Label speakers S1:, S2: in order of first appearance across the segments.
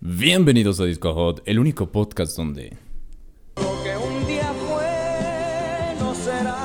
S1: Bienvenidos a Disco Hot, el único podcast donde
S2: Lo que un día fue no será.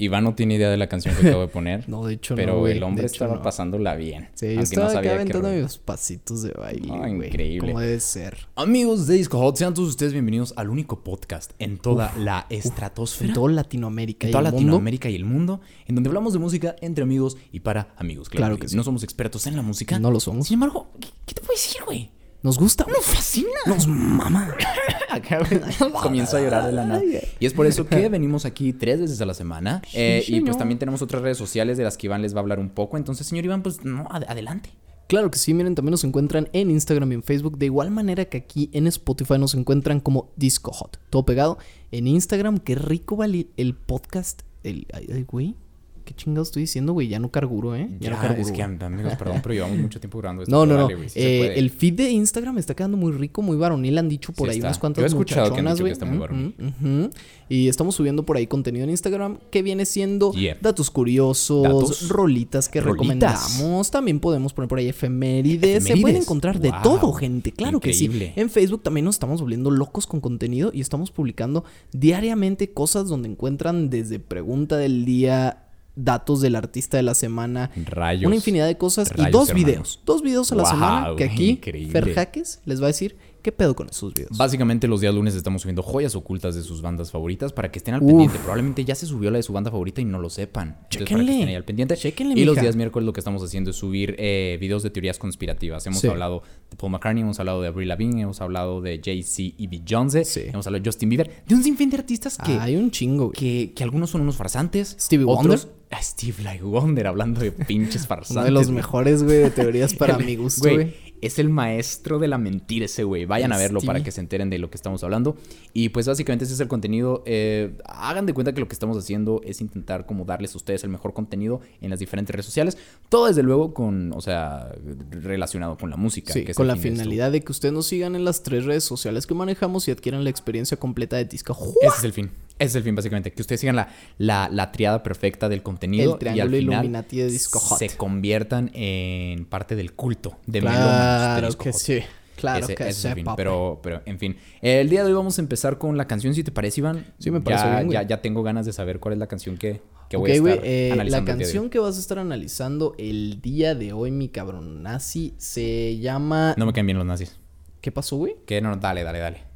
S1: Iván no tiene idea de la canción que acabo de poner,
S3: No, de hecho no.
S1: pero
S3: güey,
S1: el hombre
S3: de hecho
S1: estaba
S3: no.
S1: pasándola bien.
S3: Sí, yo
S1: aunque
S3: estaba
S1: no
S3: acá
S1: sabía qué
S3: aventando
S1: rollo.
S3: mis pasitos de baile.
S1: No,
S3: güey,
S1: increíble.
S3: Como debe ser.
S1: Amigos de Disco Hot, sean todos ustedes bienvenidos al único podcast en toda la estratosfera,
S3: En toda Latinoamérica.
S1: en
S3: y
S1: toda
S3: el mundo.
S1: Latinoamérica y el mundo, en donde hablamos de música entre amigos y para amigos. Claro,
S3: Claro
S1: que
S3: que
S1: sí. No somos expertos en la música.
S3: No lo somos.
S1: Sin embargo, ¿qué, qué te puedo decir, güey?
S3: Nos gusta.
S1: Nos fascina.
S3: Nos mama.
S1: Acá güey, comienzo a llorar de la nada. Y es por eso que venimos aquí tres veces a la semana. Eh, y pues también tenemos otras redes sociales de las que Iván les va a hablar un poco. Entonces, señor Iván, pues no, ad- adelante.
S3: Claro que sí, miren, también nos encuentran en Instagram y en Facebook, de igual manera que aquí en Spotify nos encuentran como Disco Hot, todo pegado. En Instagram, qué rico vale el podcast, el, ay, ay, güey, qué chingado estoy diciendo, güey, ya no carguro, ¿eh?
S1: Ya,
S3: no carguro,
S1: es que
S3: güey.
S1: am- amigos, perdón, pero llevamos mucho tiempo grabando esto.
S3: No, no,
S1: pero
S3: no.
S1: dale, este güey, sí se
S3: Eh,
S1: puede.
S3: el feed de Instagram está quedando muy rico, muy varonil. Han dicho por
S1: Sí
S3: ahí
S1: está.
S3: unas
S1: Yo he
S3: cuantas
S1: escuchado que han
S3: muchachonas,
S1: dicho que
S3: güey.
S1: está muy
S3: Mm,
S1: varonil.
S3: mm, ujú. Y estamos subiendo por ahí contenido en Instagram que viene siendo
S1: Yeah.
S3: datos curiosos,
S1: Datos.
S3: rolitas que
S1: Rolitas.
S3: recomendamos. También podemos poner por ahí efemérides. Se
S1: Efemérides.
S3: pueden encontrar de
S1: Wow.
S3: todo, gente. Claro
S1: Increíble.
S3: que sí. En Facebook también nos estamos volviendo locos con contenido y estamos publicando diariamente cosas donde encuentran desde pregunta del día, datos del artista de la semana,
S1: Rayos.
S3: una infinidad de cosas y
S1: Rayos,
S3: dos
S1: hermanos.
S3: videos. Dos videos a la
S1: Wow,
S3: semana que aquí
S1: increíble.
S3: Fer Jaques les va a decir qué pedo con esos videos.
S1: Básicamente los días lunes estamos subiendo joyas ocultas de sus bandas favoritas para que estén al
S3: Uf.
S1: pendiente. Probablemente ya se subió la de su banda favorita y no lo sepan. Entonces, para que
S3: Chéquenle.
S1: estén ahí al pendiente.
S3: Chéquenle,
S1: y los
S3: mija.
S1: días miércoles lo que estamos haciendo es subir eh, videos de teorías conspirativas. Hemos
S3: Sí.
S1: hablado de Paul McCartney, hemos hablado de Avril Lavigne, hemos hablado de Jay-Z y Beyoncé,
S3: Sí.
S1: hemos hablado de Justin Bieber, de un sinfín de artistas que,
S3: Ah, Hay un chingo, güey.
S1: que, que algunos son unos farsantes.
S3: Stevie
S1: otros-
S3: Wonder.
S1: Ah, Steve Like Wonder, hablando de pinches farsantes.
S3: Uno de los
S1: güey.
S3: mejores, güey, de teorías para
S1: El-
S3: mi gusto, güey. Pues
S1: Es el maestro de la mentira ese güey. Vayan a verlo
S3: Stevie.
S1: para que se enteren de lo que estamos hablando. Y pues básicamente ese es el contenido. Eh, hagan de cuenta que lo que estamos haciendo es intentar como darles a ustedes el mejor contenido en las diferentes redes sociales. Todo desde luego con, o sea, relacionado con la música.
S3: Sí,
S1: que es
S3: con
S1: el
S3: la
S1: fin de esto.
S3: finalidad de que ustedes nos sigan en las tres redes sociales que manejamos y adquieran la experiencia completa de Disco.
S1: Ese es el fin. Ese es el fin, básicamente. Que ustedes sigan la, la, la triada perfecta del contenido.
S3: El triángulo
S1: y al final
S3: Illuminati de Disco Hot.
S1: Se conviertan en parte del culto de melómanos de
S3: Claro
S1: Disco
S3: que
S1: Hot.
S3: sí. Claro
S1: Ese-
S3: que
S1: ese es
S3: sí,
S1: el fin.
S3: papi.
S1: Pero, pero, en fin. El día de hoy vamos a empezar con la canción, si te parece, Iván.
S3: Sí, me parece
S1: ya,
S3: bien, güey.
S1: Ya, ya tengo ganas de saber cuál es la canción que, que voy
S3: Ok,
S1: a estar
S3: güey, eh, la
S1: analizando. el día de hoy.
S3: canción que vas a estar analizando el día de hoy, mi cabrón nazi, se llama...
S1: No me caen bien los nazis.
S3: ¿Qué pasó, güey?
S1: Que no, dale, dale, dale.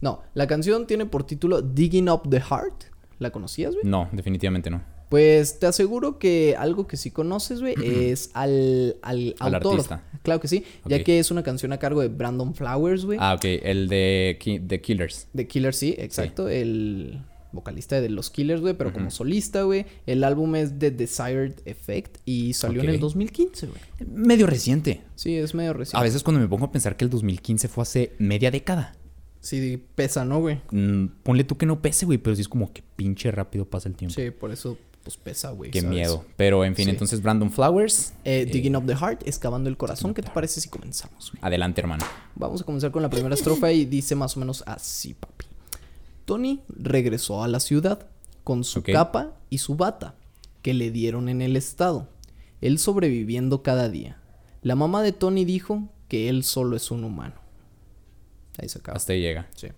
S3: No, la canción tiene por título Digging Up the Heart. ¿La conocías, güey?
S1: No, definitivamente no.
S3: Pues te aseguro que algo que sí conoces, güey, es al, al
S1: Al
S3: autor.
S1: artista.
S3: Claro que sí,
S1: Ok.
S3: ya que es una canción a cargo de Brandon Flowers, güey.
S1: Ah, ok. El de Ki- The Killers.
S3: De Killer, sí, exacto. El vocalista de los Killers, güey, pero como solista, güey. El álbum es The Desired Effect y salió en
S1: Ok.
S3: el 2015, güey.
S1: Medio reciente.
S3: Sí, es medio
S1: A
S3: reciente.
S1: veces cuando me pongo a pensar que el 2015 fue hace media década.
S3: Sí, pesa, ¿no, güey?
S1: Mm, ponle tú que no pese, güey, pero sí es como que pinche rápido pasa el tiempo.
S3: Sí, por eso, pues pesa, güey.
S1: Qué
S3: ¿sabes?
S1: miedo. Pero en fin,
S3: Sí.
S1: entonces Brandon Flowers.
S3: Eh, Digging Up the Heart, excavando el corazón. ¿Qué te parece si comenzamos, güey?
S1: Adelante, hermano.
S3: Vamos a comenzar con la primera estrofa y dice más o menos así, papi. Tony regresó a la ciudad con su
S1: Ok.
S3: capa y su bata que le dieron en el estado, él sobreviviendo cada día. La mamá de Tony dijo que él solo es un humano. Ahí se acaba.
S1: Hasta ahí llega.
S3: Sí.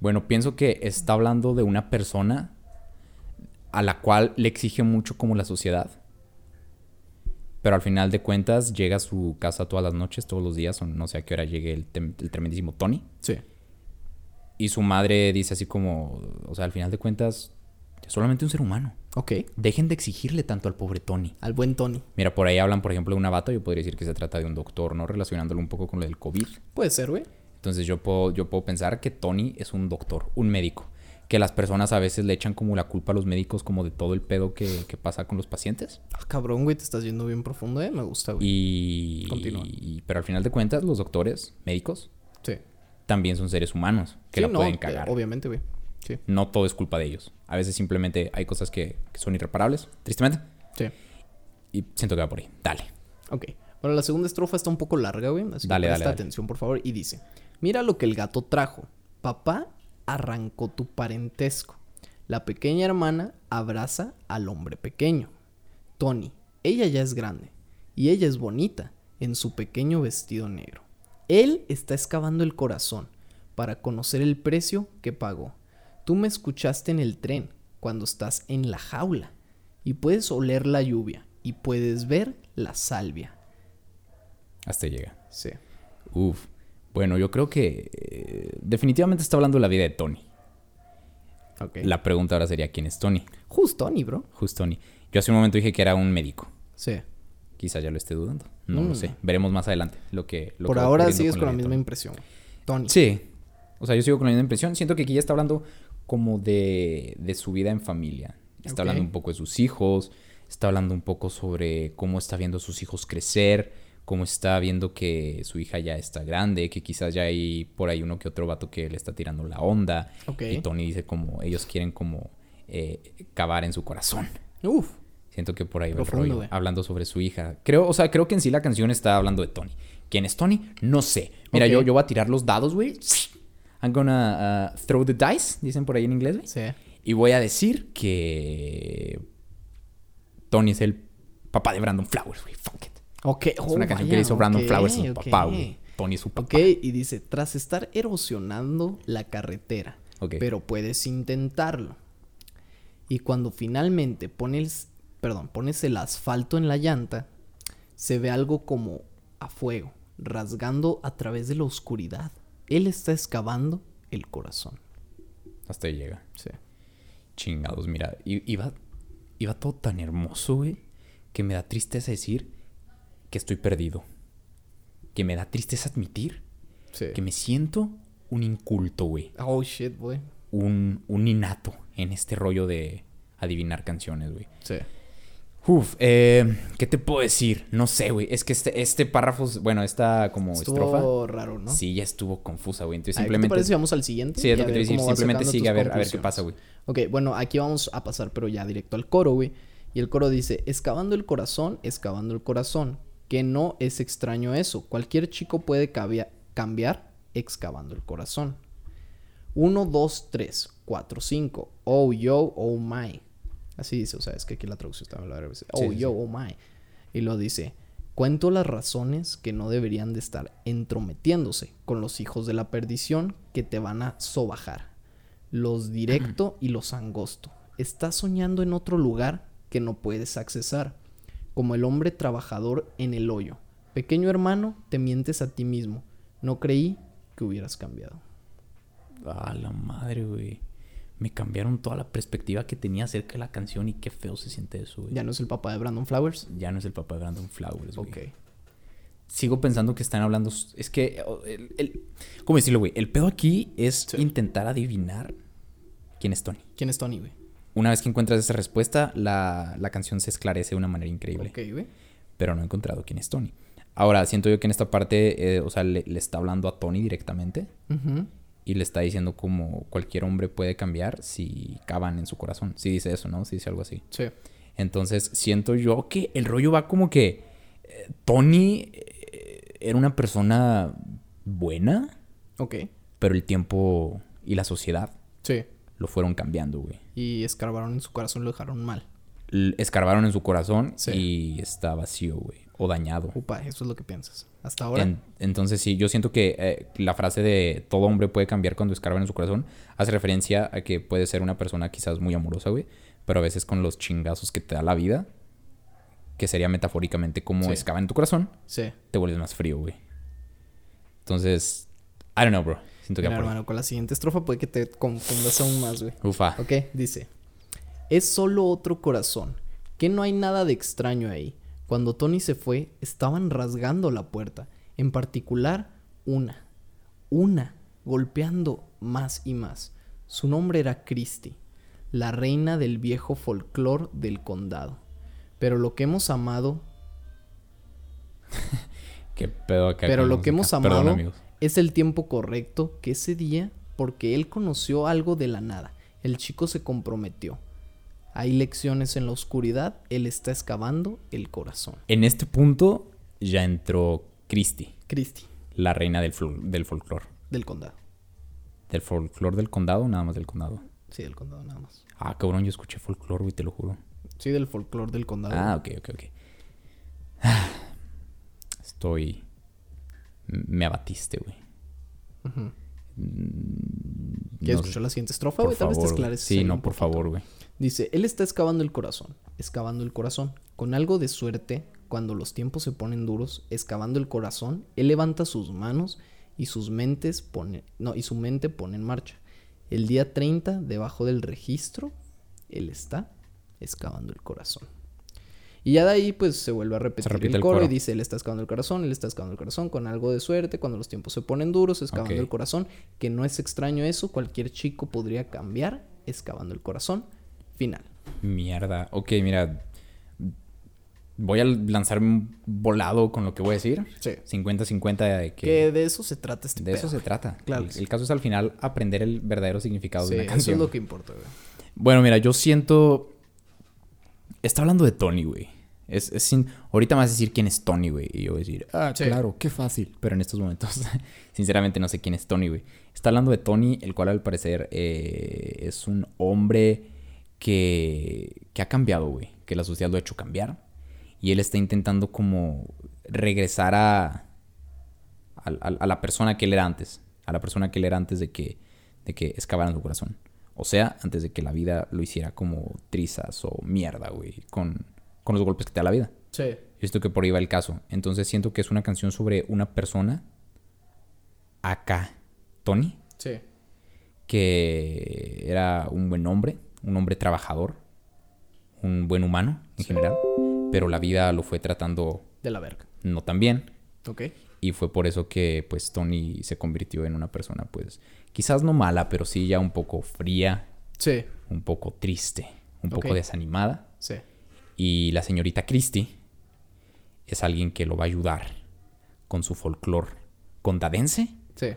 S1: Bueno, pienso que está hablando de una persona a la cual le exige mucho como la sociedad. Pero al final de cuentas llega a su casa todas las noches, todos los días, o no sé a qué hora llegue el, tem- el tremendísimo Tony.
S3: Sí.
S1: Y su madre dice así como, o sea, al final de cuentas, es solamente un ser humano.
S3: Ok.
S1: Dejen de exigirle tanto al pobre Tony.
S3: Al buen Tony.
S1: Mira, por ahí hablan, por ejemplo, de una bata. Yo podría decir que se trata de un doctor, ¿no? Relacionándolo un poco con lo del COVID.
S3: Puede ser, güey.
S1: Entonces yo puedo, yo puedo pensar que Tony es un doctor, un médico. Que las personas a veces le echan como la culpa a los médicos como de todo el pedo que, que pasa con los pacientes.
S3: Ah, cabrón, güey, te estás yendo bien profundo, eh. Me gusta, güey.
S1: Y,
S3: Continúa.
S1: y- Pero al final de cuentas, los doctores, médicos,
S3: Sí.
S1: también son seres humanos que
S3: Sí,
S1: la
S3: no,
S1: pueden
S3: eh,
S1: cagar.
S3: Obviamente, güey. Sí.
S1: No todo es culpa de ellos. A veces simplemente hay cosas que, que son irreparables, tristemente.
S3: Sí.
S1: Y siento que va por ahí. Dale.
S3: Ok. Bueno, la segunda estrofa está un poco larga, güey. Así
S1: Dale, dale,
S3: que presta
S1: dale.
S3: atención, por favor. Y dice: Mira lo que el gato trajo. Papá arrancó tu parentesco. La pequeña hermana abraza al hombre pequeño. Tony, ella ya es grande. Y ella es bonita en su pequeño vestido negro. Él está excavando el corazón para conocer el precio que pagó. Tú me escuchaste en el tren cuando estás en la jaula y puedes oler la lluvia y puedes ver la salvia.
S1: Hasta ahí llega.
S3: Sí.
S1: Uf. Bueno, yo creo que eh, definitivamente está hablando de la vida de Tony.
S3: Ok.
S1: La pregunta ahora sería, ¿quién es Tony?
S3: Justo, Tony, bro.
S1: Justo Tony. Yo hace un momento dije que era un médico.
S3: Sí.
S1: Quizá ya lo esté dudando. No
S3: Mm.
S1: lo sé. Veremos más adelante lo que... lo
S3: Por
S1: que va
S3: ahora
S1: ocurriendo
S3: sigues con la
S1: vida de
S3: misma
S1: Tony.
S3: impresión. Tony.
S1: Sí. O sea, yo sigo con la misma impresión. Siento que aquí ya está hablando como de, de su vida en familia. Está
S3: Ok.
S1: hablando un poco de sus hijos, está hablando un poco sobre cómo está viendo a sus hijos crecer, cómo está viendo que su hija ya está grande, que quizás ya hay por ahí uno que otro vato que le está tirando la onda.
S3: Ok.
S1: Y Tony dice como ellos quieren como eh, cavar en su corazón.
S3: Uf.
S1: Siento que por ahí va el
S3: Profundo,
S1: rollo,
S3: güey.
S1: hablando sobre su hija. Creo, o sea, creo que en sí la canción está hablando de Tony. ¿Quién es Tony? No sé. Mira,
S3: Ok.
S1: yo, yo voy a tirar los dados, güey. I'm gonna uh, throw the dice, dicen por ahí en inglés, güey.
S3: Sí.
S1: Y voy a decir que Tony es el papá de Brandon Flowers, güey. Fuck it.
S3: Ok.
S1: Es una canción que le hizo Brandon Flowers a su papá, güey. Tony es su papá.
S3: Ok, y dice, tras estar erosionando la carretera,
S1: Ok.
S3: pero puedes intentarlo. Y cuando finalmente pones, perdón, pones el asfalto en la llanta, se ve algo como a fuego, rasgando a través de la oscuridad. Él está excavando el corazón.
S1: Hasta ahí llega.
S3: Sí.
S1: Chingados, mira, i- iba, iba todo tan hermoso, güey, que me da tristeza decir que estoy perdido. Que me da tristeza admitir
S3: Sí.
S1: que me siento un inculto, güey.
S3: Oh, shit, güey.
S1: Un, un innato en este rollo de adivinar canciones, güey.
S3: Sí.
S1: Uf, eh, ¿qué te puedo decir? No sé, güey. Es que este, este párrafo, bueno, esta como estrofa,
S3: Estuvo raro, ¿no?
S1: sí, ya estuvo confusa, güey. Entonces
S3: Ay, ¿Qué te
S1: simplemente...
S3: parece si vamos al siguiente?
S1: Sí, es
S3: Y
S1: lo que te voy a
S3: ver
S1: decir.
S3: cómo vas
S1: Simplemente
S3: sacando
S1: sigue
S3: tus
S1: a ver, a ver qué
S3: conclusiones?
S1: pasa, güey.
S3: Ok, bueno, aquí vamos a pasar, pero ya directo al coro, güey. Y el coro dice, excavando el corazón, excavando el corazón. Que no es extraño eso. Cualquier chico puede cabia- cambiar excavando el corazón. 1, 2, 3, 4, 5. Oh, yo, oh, my. Así dice, o sea, es que aquí la traducción está hablando de Oh,
S1: Sí, sí,
S3: yo,
S1: sí.
S3: oh, my. Y lo dice, cuento las razones que no deberían de estar entrometiéndose con los hijos de la perdición que te van a sobajar. Los directo y los angosto. Estás soñando en otro lugar que no puedes accesar, como el hombre trabajador en el hoyo. Pequeño hermano, te mientes a ti mismo. No creí que hubieras cambiado.
S1: A la madre, güey. Me cambiaron toda la perspectiva que tenía acerca de la canción y qué feo se siente eso, güey.
S3: Ya no es el papá de Brandon Flowers.
S1: Ya no es el papá de Brandon Flowers, güey.
S3: Ok.
S1: Sigo pensando que están hablando. s- Es que. o, el- el- ¿Cómo decirlo, güey? El pedo aquí es intentar adivinar quién es Tony.
S3: ¿Quién es Tony, güey?
S1: Una vez que encuentras esa respuesta, la, la canción se esclarece de una manera increíble.
S3: Ok, güey.
S1: Pero no he encontrado quién es Tony. Ahora, siento yo que en esta parte, eh, o sea, le- le está hablando a Tony directamente.
S3: Ujú.
S1: y le está diciendo como cualquier hombre puede cambiar si cavan en su corazón. Si dice eso, ¿no? Si dice algo así.
S3: Sí.
S1: Entonces siento yo que el rollo va como que eh, Tony eh, era una persona buena,
S3: Ok.
S1: pero el tiempo y la sociedad
S3: Sí.
S1: lo fueron cambiando, güey.
S3: Y escarbaron en su corazón, lo dejaron mal.
S1: L- Escarbaron en su corazón
S3: Sí.
S1: y está vacío, güey. O dañado.
S3: Upa, eso es lo que piensas. Hasta ahora.
S1: En- entonces sí, yo siento que eh, la frase de todo hombre puede cambiar cuando escarban en su corazón hace referencia a que puede ser una persona quizás muy amorosa, güey, pero a veces con los chingazos que te da la vida, que sería metafóricamente como
S3: Sí.
S1: escava en tu corazón,
S3: Sí.
S1: te vuelves más frío, güey. Entonces, I don't know, bro. Siento que...
S3: Mira,
S1: va por ahí.
S3: hermano, con la siguiente estrofa puede que te confundas aún más, güey.
S1: Ufa.
S3: Ok, dice. Es solo otro corazón. Que no hay nada de extraño ahí. Cuando Tony se fue, estaban rasgando la puerta. En particular, una. Una. Golpeando más y más. Su nombre era Christie. La reina del viejo folclor del condado. Pero lo que hemos amado
S1: Qué pedo acá.
S3: Pero
S1: con
S3: lo
S1: la
S3: que hemos
S1: música.
S3: amado
S1: Perdón, amigos.
S3: es el tiempo correcto que ese día, porque él conoció algo de la nada. El chico se comprometió. Hay lecciones en la oscuridad, él está excavando el corazón.
S1: En este punto ya entró Christie,
S3: Christie,
S1: la reina del, fol- del folclore.
S3: del condado.
S1: Del folclore del condado, nada más del condado.
S3: Sí, del condado nada más.
S1: Ah, cabrón, yo escuché folclore, güey, te lo juro.
S3: Sí, del folclore del condado.
S1: Ah, ok, ok, ok. Ah, Estoy me abatiste, güey. Mm,
S3: ¿Quieres
S1: no sé,
S3: escuchar la siguiente estrofa,
S1: por
S3: güey? Tal vez te
S1: favor, güey.
S3: esclareces
S1: Sí,
S3: ahí
S1: no,
S3: un
S1: por
S3: poquito.
S1: favor, güey.
S3: Dice, él está excavando el corazón, excavando el corazón. Con algo de suerte, cuando los tiempos se ponen duros, excavando el corazón, él levanta sus manos y sus mentes pone, no, y su mente pone en marcha. El día 30, debajo del registro, él está excavando el corazón. Y ya de ahí, pues se vuelve a repetir
S1: repite
S3: el,
S1: el
S3: coro, y
S1: coro.
S3: dice: Él está excavando el corazón, él está excavando el corazón, con algo de suerte, cuando los tiempos se ponen duros, excavando
S1: Ok.
S3: el corazón, que no es extraño eso, cualquier chico podría cambiar, excavando el corazón. Final.
S1: Mierda. Ok, mira. Voy a lanzarme un volado con lo que voy a decir.
S3: Sí.
S1: 50-50 de que.
S3: Que de eso se trata este
S1: de eso se trata.
S3: Claro
S1: El,
S3: que
S1: el caso es al final aprender el verdadero significado de una
S3: eso
S1: canción.
S3: es lo que importa, güey.
S1: Bueno, mira, yo siento. Está hablando de Tony, güey. Es, es sin... Ahorita me vas a decir quién es Tony, güey. Y yo voy a decir, ah,
S3: Sí.
S1: claro, qué fácil. Pero en estos momentos, sinceramente, no sé quién es Tony, güey. Está hablando de Tony, el cual al parecer eh, es un hombre que, que ha cambiado, güey. Que la sociedad lo ha hecho cambiar. Y él está intentando como regresar a, al- al- a la persona que él era antes. A la persona que él era antes de que, de que excavaran su corazón. O sea, antes de que la vida lo hiciera como trizas o mierda, güey. Con, con los golpes que te da la vida.
S3: Sí.
S1: Yo siento que por ahí va el caso. Entonces siento que es una canción sobre una persona. Acá, Tony.
S3: Sí. Que
S1: Que era un buen hombre. Un hombre trabajador. Un buen humano en general. Pero la vida lo fue tratando
S3: de la verga.
S1: no tan bien.
S3: Ok.
S1: Y fue por eso que pues Tony se convirtió en una persona pues quizás no mala, pero sí ya un poco fría,
S3: Sí.
S1: un poco triste, un poco
S3: Ok.
S1: desanimada.
S3: Sí.
S1: Y la señorita Christie es alguien que lo va a ayudar con su folclore condadense
S3: Sí.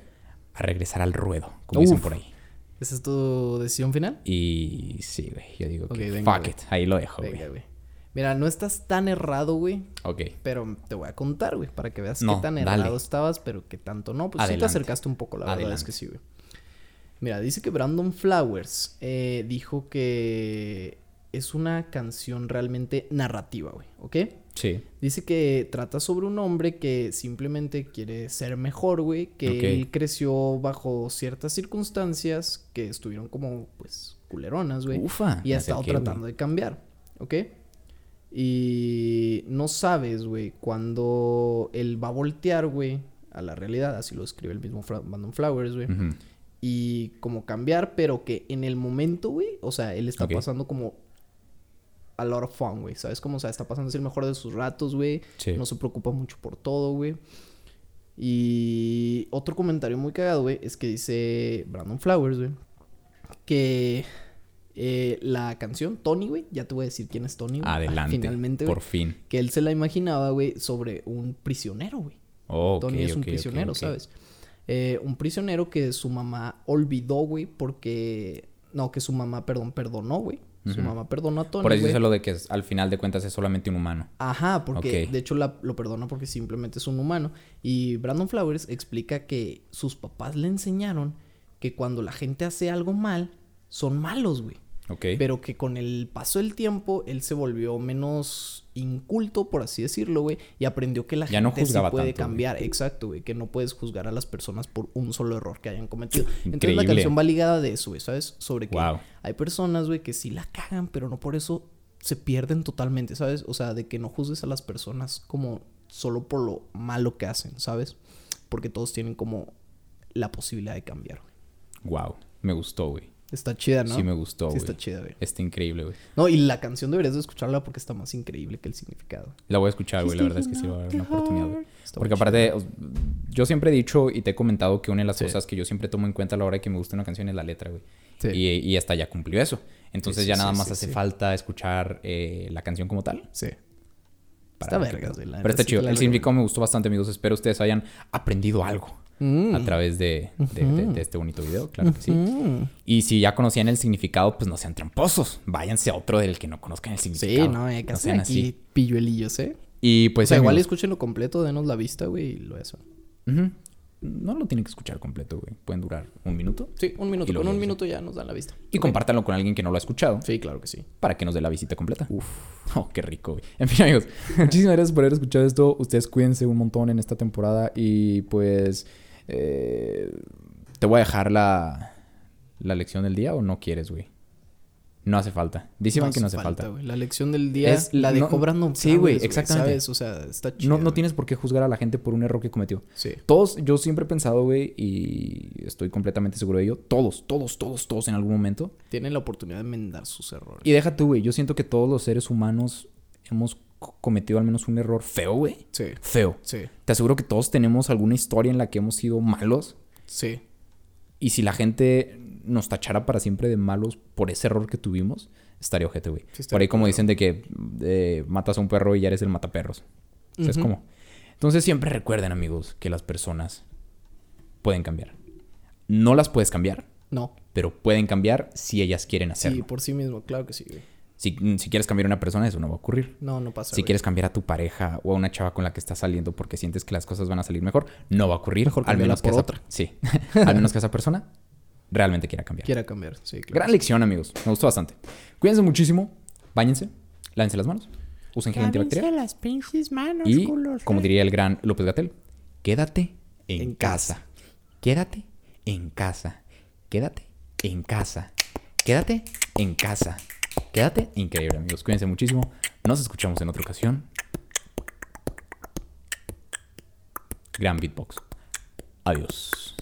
S1: a regresar al ruedo, como dicen
S3: Uf.
S1: por ahí.
S3: ¿Esa es tu decisión final?
S1: Y sí, güey, yo digo
S3: Ok,
S1: que
S3: venga,
S1: fuck
S3: güey.
S1: it, ahí lo dejo, güey.
S3: Venga, güey. Mira, no estás tan errado, güey.
S1: Ok,
S3: Pero te voy a contar, güey, para que veas qué
S1: No,
S3: tan
S1: dale.
S3: errado estabas, pero qué tanto no. Pues sí te
S1: Adelante.
S3: acercaste un poco, la verdad es
S1: Adelante.
S3: que sí, güey. Mira, dice que Brandon Flowers eh, dijo que es una canción realmente narrativa, güey, ¿ok?
S1: sí,
S3: Dice que trata sobre un hombre que simplemente quiere ser mejor, güey, que
S1: Ok.
S3: él creció bajo ciertas circunstancias que estuvieron como, pues, culeronas, güey.
S1: Ufa,
S3: Y
S1: me
S3: ha estado
S1: acerqué, güey.
S3: tratando de cambiar, ¿ok? Y no sabes, güey, cuando él va a voltear, güey, a la realidad, así lo escribe el mismo Fra- Brandon Flowers, güey
S1: ujú,
S3: y como cambiar, pero que en el momento, güey, o sea, él está
S1: Ok.
S3: pasando como a lot of fun, güey, ¿sabes? Como, o sea, está pasando así el mejor de sus ratos, güey.
S1: Sí.
S3: No se preocupa mucho por todo, güey. Y otro comentario muy cagado, güey, es que dice Brandon Flowers, güey, que eh, la canción Tony, güey, ya te voy a decir quién es Tony, güey.
S1: adelante,
S3: Ah, Finalmente, güey.
S1: por fin.
S3: Que él se la imaginaba, güey, sobre un prisionero, güey.
S1: Ok,
S3: Tony es un
S1: ok, ok,
S3: prisionero,
S1: ok.
S3: ¿sabes? Eh, un prisionero que su mamá olvidó, güey, porque... No, que su mamá, perdón, perdonó, güey. Su
S1: Ujú.
S3: mamá perdonó a Tony,
S1: Por eso
S3: güey.
S1: dice lo de que es- al final de cuentas es solamente un humano.
S3: Ajá, porque
S1: Ok.
S3: de hecho la- lo perdona porque simplemente es un humano. Y Brandon Flowers explica que sus papás le enseñaron que cuando la gente hace algo mal, son malos, güey.
S1: Ok.
S3: Pero que con el paso del tiempo, él se volvió menos inculto, por así decirlo, güey. Y aprendió que la
S1: Ya no
S3: gente sí
S1: juzgaba
S3: puede
S1: tanto, güey.
S3: cambiar. Exacto, güey. Que no puedes juzgar a las personas por un solo error que hayan cometido. Entonces la
S1: Increíble.
S3: canción va ligada de eso, güey. ¿Sabes? Sobre que
S1: Wow.
S3: hay personas, güey, que sí la cagan, pero no por eso se pierden totalmente, ¿sabes? O sea, de que no juzgues a las personas como solo por lo malo que hacen, ¿sabes? Porque todos tienen como la posibilidad de cambiar, güey.
S1: Wow. Me gustó, güey.
S3: Está chida, ¿no?
S1: Sí me gustó,
S3: Sí
S1: güey.
S3: está chida, güey.
S1: Está increíble, güey.
S3: No, y la canción deberías de escucharla porque está más increíble que el significado.
S1: La voy a escuchar, güey. La verdad es que sí
S3: She's
S1: va a haber
S3: taking
S1: una
S3: out the
S1: oportunidad, güey.
S3: heart. Está
S1: Porque
S3: muy chida.
S1: aparte, os- yo siempre he dicho y te he comentado que una de las
S3: Sí.
S1: cosas que yo siempre tomo en cuenta a la hora de que me gusta una canción es la letra, güey.
S3: Sí.
S1: Y, y hasta ya cumplió eso. Entonces
S3: sí,
S1: ya
S3: sí,
S1: nada
S3: sí,
S1: más
S3: sí,
S1: hace
S3: sí.
S1: falta escuchar eh, la canción como tal.
S3: Sí.
S1: para
S3: Está
S1: ver qué
S3: vergas,
S1: pedo.
S3: güey, la
S1: Pero está
S3: neta sí te
S1: chido.
S3: la
S1: El significado me gustó bastante, amigos. Espero ustedes hayan aprendido algo
S3: Mm.
S1: a través de, de- de- de este bonito video, claro que sí.
S3: Mm.
S1: Y si ya conocían el significado, pues no sean tramposos. Váyanse a otro del que no conozcan el
S3: Sí,
S1: significado.
S3: no, eh, que hacen
S1: sean
S3: aquí
S1: así.
S3: pilluelillos, ¿eh?
S1: Y pues
S3: o sea, igual
S1: amigos,
S3: escuchen lo completo, denos la vista, güey, y lo eso.
S1: ujú. No lo tienen que escuchar completo, güey. Pueden durar un minuto.
S3: Sí, un
S1: Y
S3: minuto.
S1: lo
S3: Con un
S1: lees,
S3: minuto ya nos dan la vista.
S1: Y compártanlo con alguien que no lo ha escuchado
S3: Sí, claro que sí.
S1: para que nos dé la visita completa. Uf. Oh, qué rico, güey. En fin, amigos, muchísimas gracias por haber escuchado esto. Ustedes cuídense un montón en esta temporada y pues eh, te voy a dejar la, la lección del día o no quieres, güey. No hace falta. Dicen que no hace falta.
S3: güey. La lección del día
S1: Es-
S3: es la de
S1: no-
S3: cobrando.
S1: sí, güey, exactamente.
S3: ¿Sabes? O sea, está chido.
S1: No, no tienes por qué juzgar a la gente por un error que cometió.
S3: Sí.
S1: Todos, yo siempre he pensado, güey, y estoy completamente seguro de ello, todos, todos, todos, todos en algún momento.
S3: Tienen la oportunidad de enmendar sus errores.
S1: Y deja tú, güey, yo siento que todos los seres humanos hemos co- cometido al menos un error feo, güey.
S3: Sí,
S1: Feo.
S3: sí,
S1: Te aseguro que todos tenemos alguna historia en la que hemos sido malos.
S3: sí.
S1: Y si la gente nos tachara para siempre de malos por ese error que tuvimos, estaría ojete, güey.
S3: Sí, estaría
S1: por ahí como dicen de que eh, matas a un perro y ya eres el mataperros. O sea, es como... Entonces siempre recuerden, amigos, que las personas pueden cambiar. No las puedes cambiar,
S3: No.
S1: pero pueden cambiar si ellas quieren
S3: Sí,
S1: hacerlo.
S3: por sí mismo, claro que sí, güey.
S1: Si, si quieres cambiar a una persona, eso no va a ocurrir.
S3: No, no pasa.
S1: Si
S3: güey.
S1: quieres cambiar a tu pareja o a una chava con la que estás saliendo porque sientes que las cosas van a salir mejor, no va a ocurrir.
S3: Mejor
S1: al
S3: cámbiala
S1: menos que
S3: por
S1: esa-
S3: otra.
S1: Sí. al menos que esa persona realmente quiera cambiar.
S3: Quiera cambiar, sí, claro.
S1: Gran lección, amigos. Me gustó bastante. Cuídense muchísimo. Báñense. Lávense las manos. Usen gel antibacterial.
S4: las pinches manos,
S1: Y,
S4: culos. eh.
S1: como diría el gran López Gatel, quédate en, casa. Quédate en casa. Quédate en casa. Quédate en casa. Quédate increíble, amigos. Cuídense muchísimo. Nos escuchamos en otra ocasión. Gran beatbox. Adiós.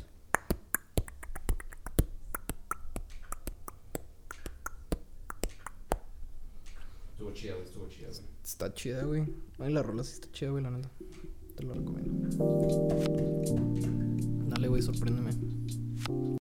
S1: Estuvo chido, estuvo chido.
S3: Está chida, güey. Ay, la rola sí está chida, güey, la neta. Te lo recomiendo. Dale, güey, sorpréndeme.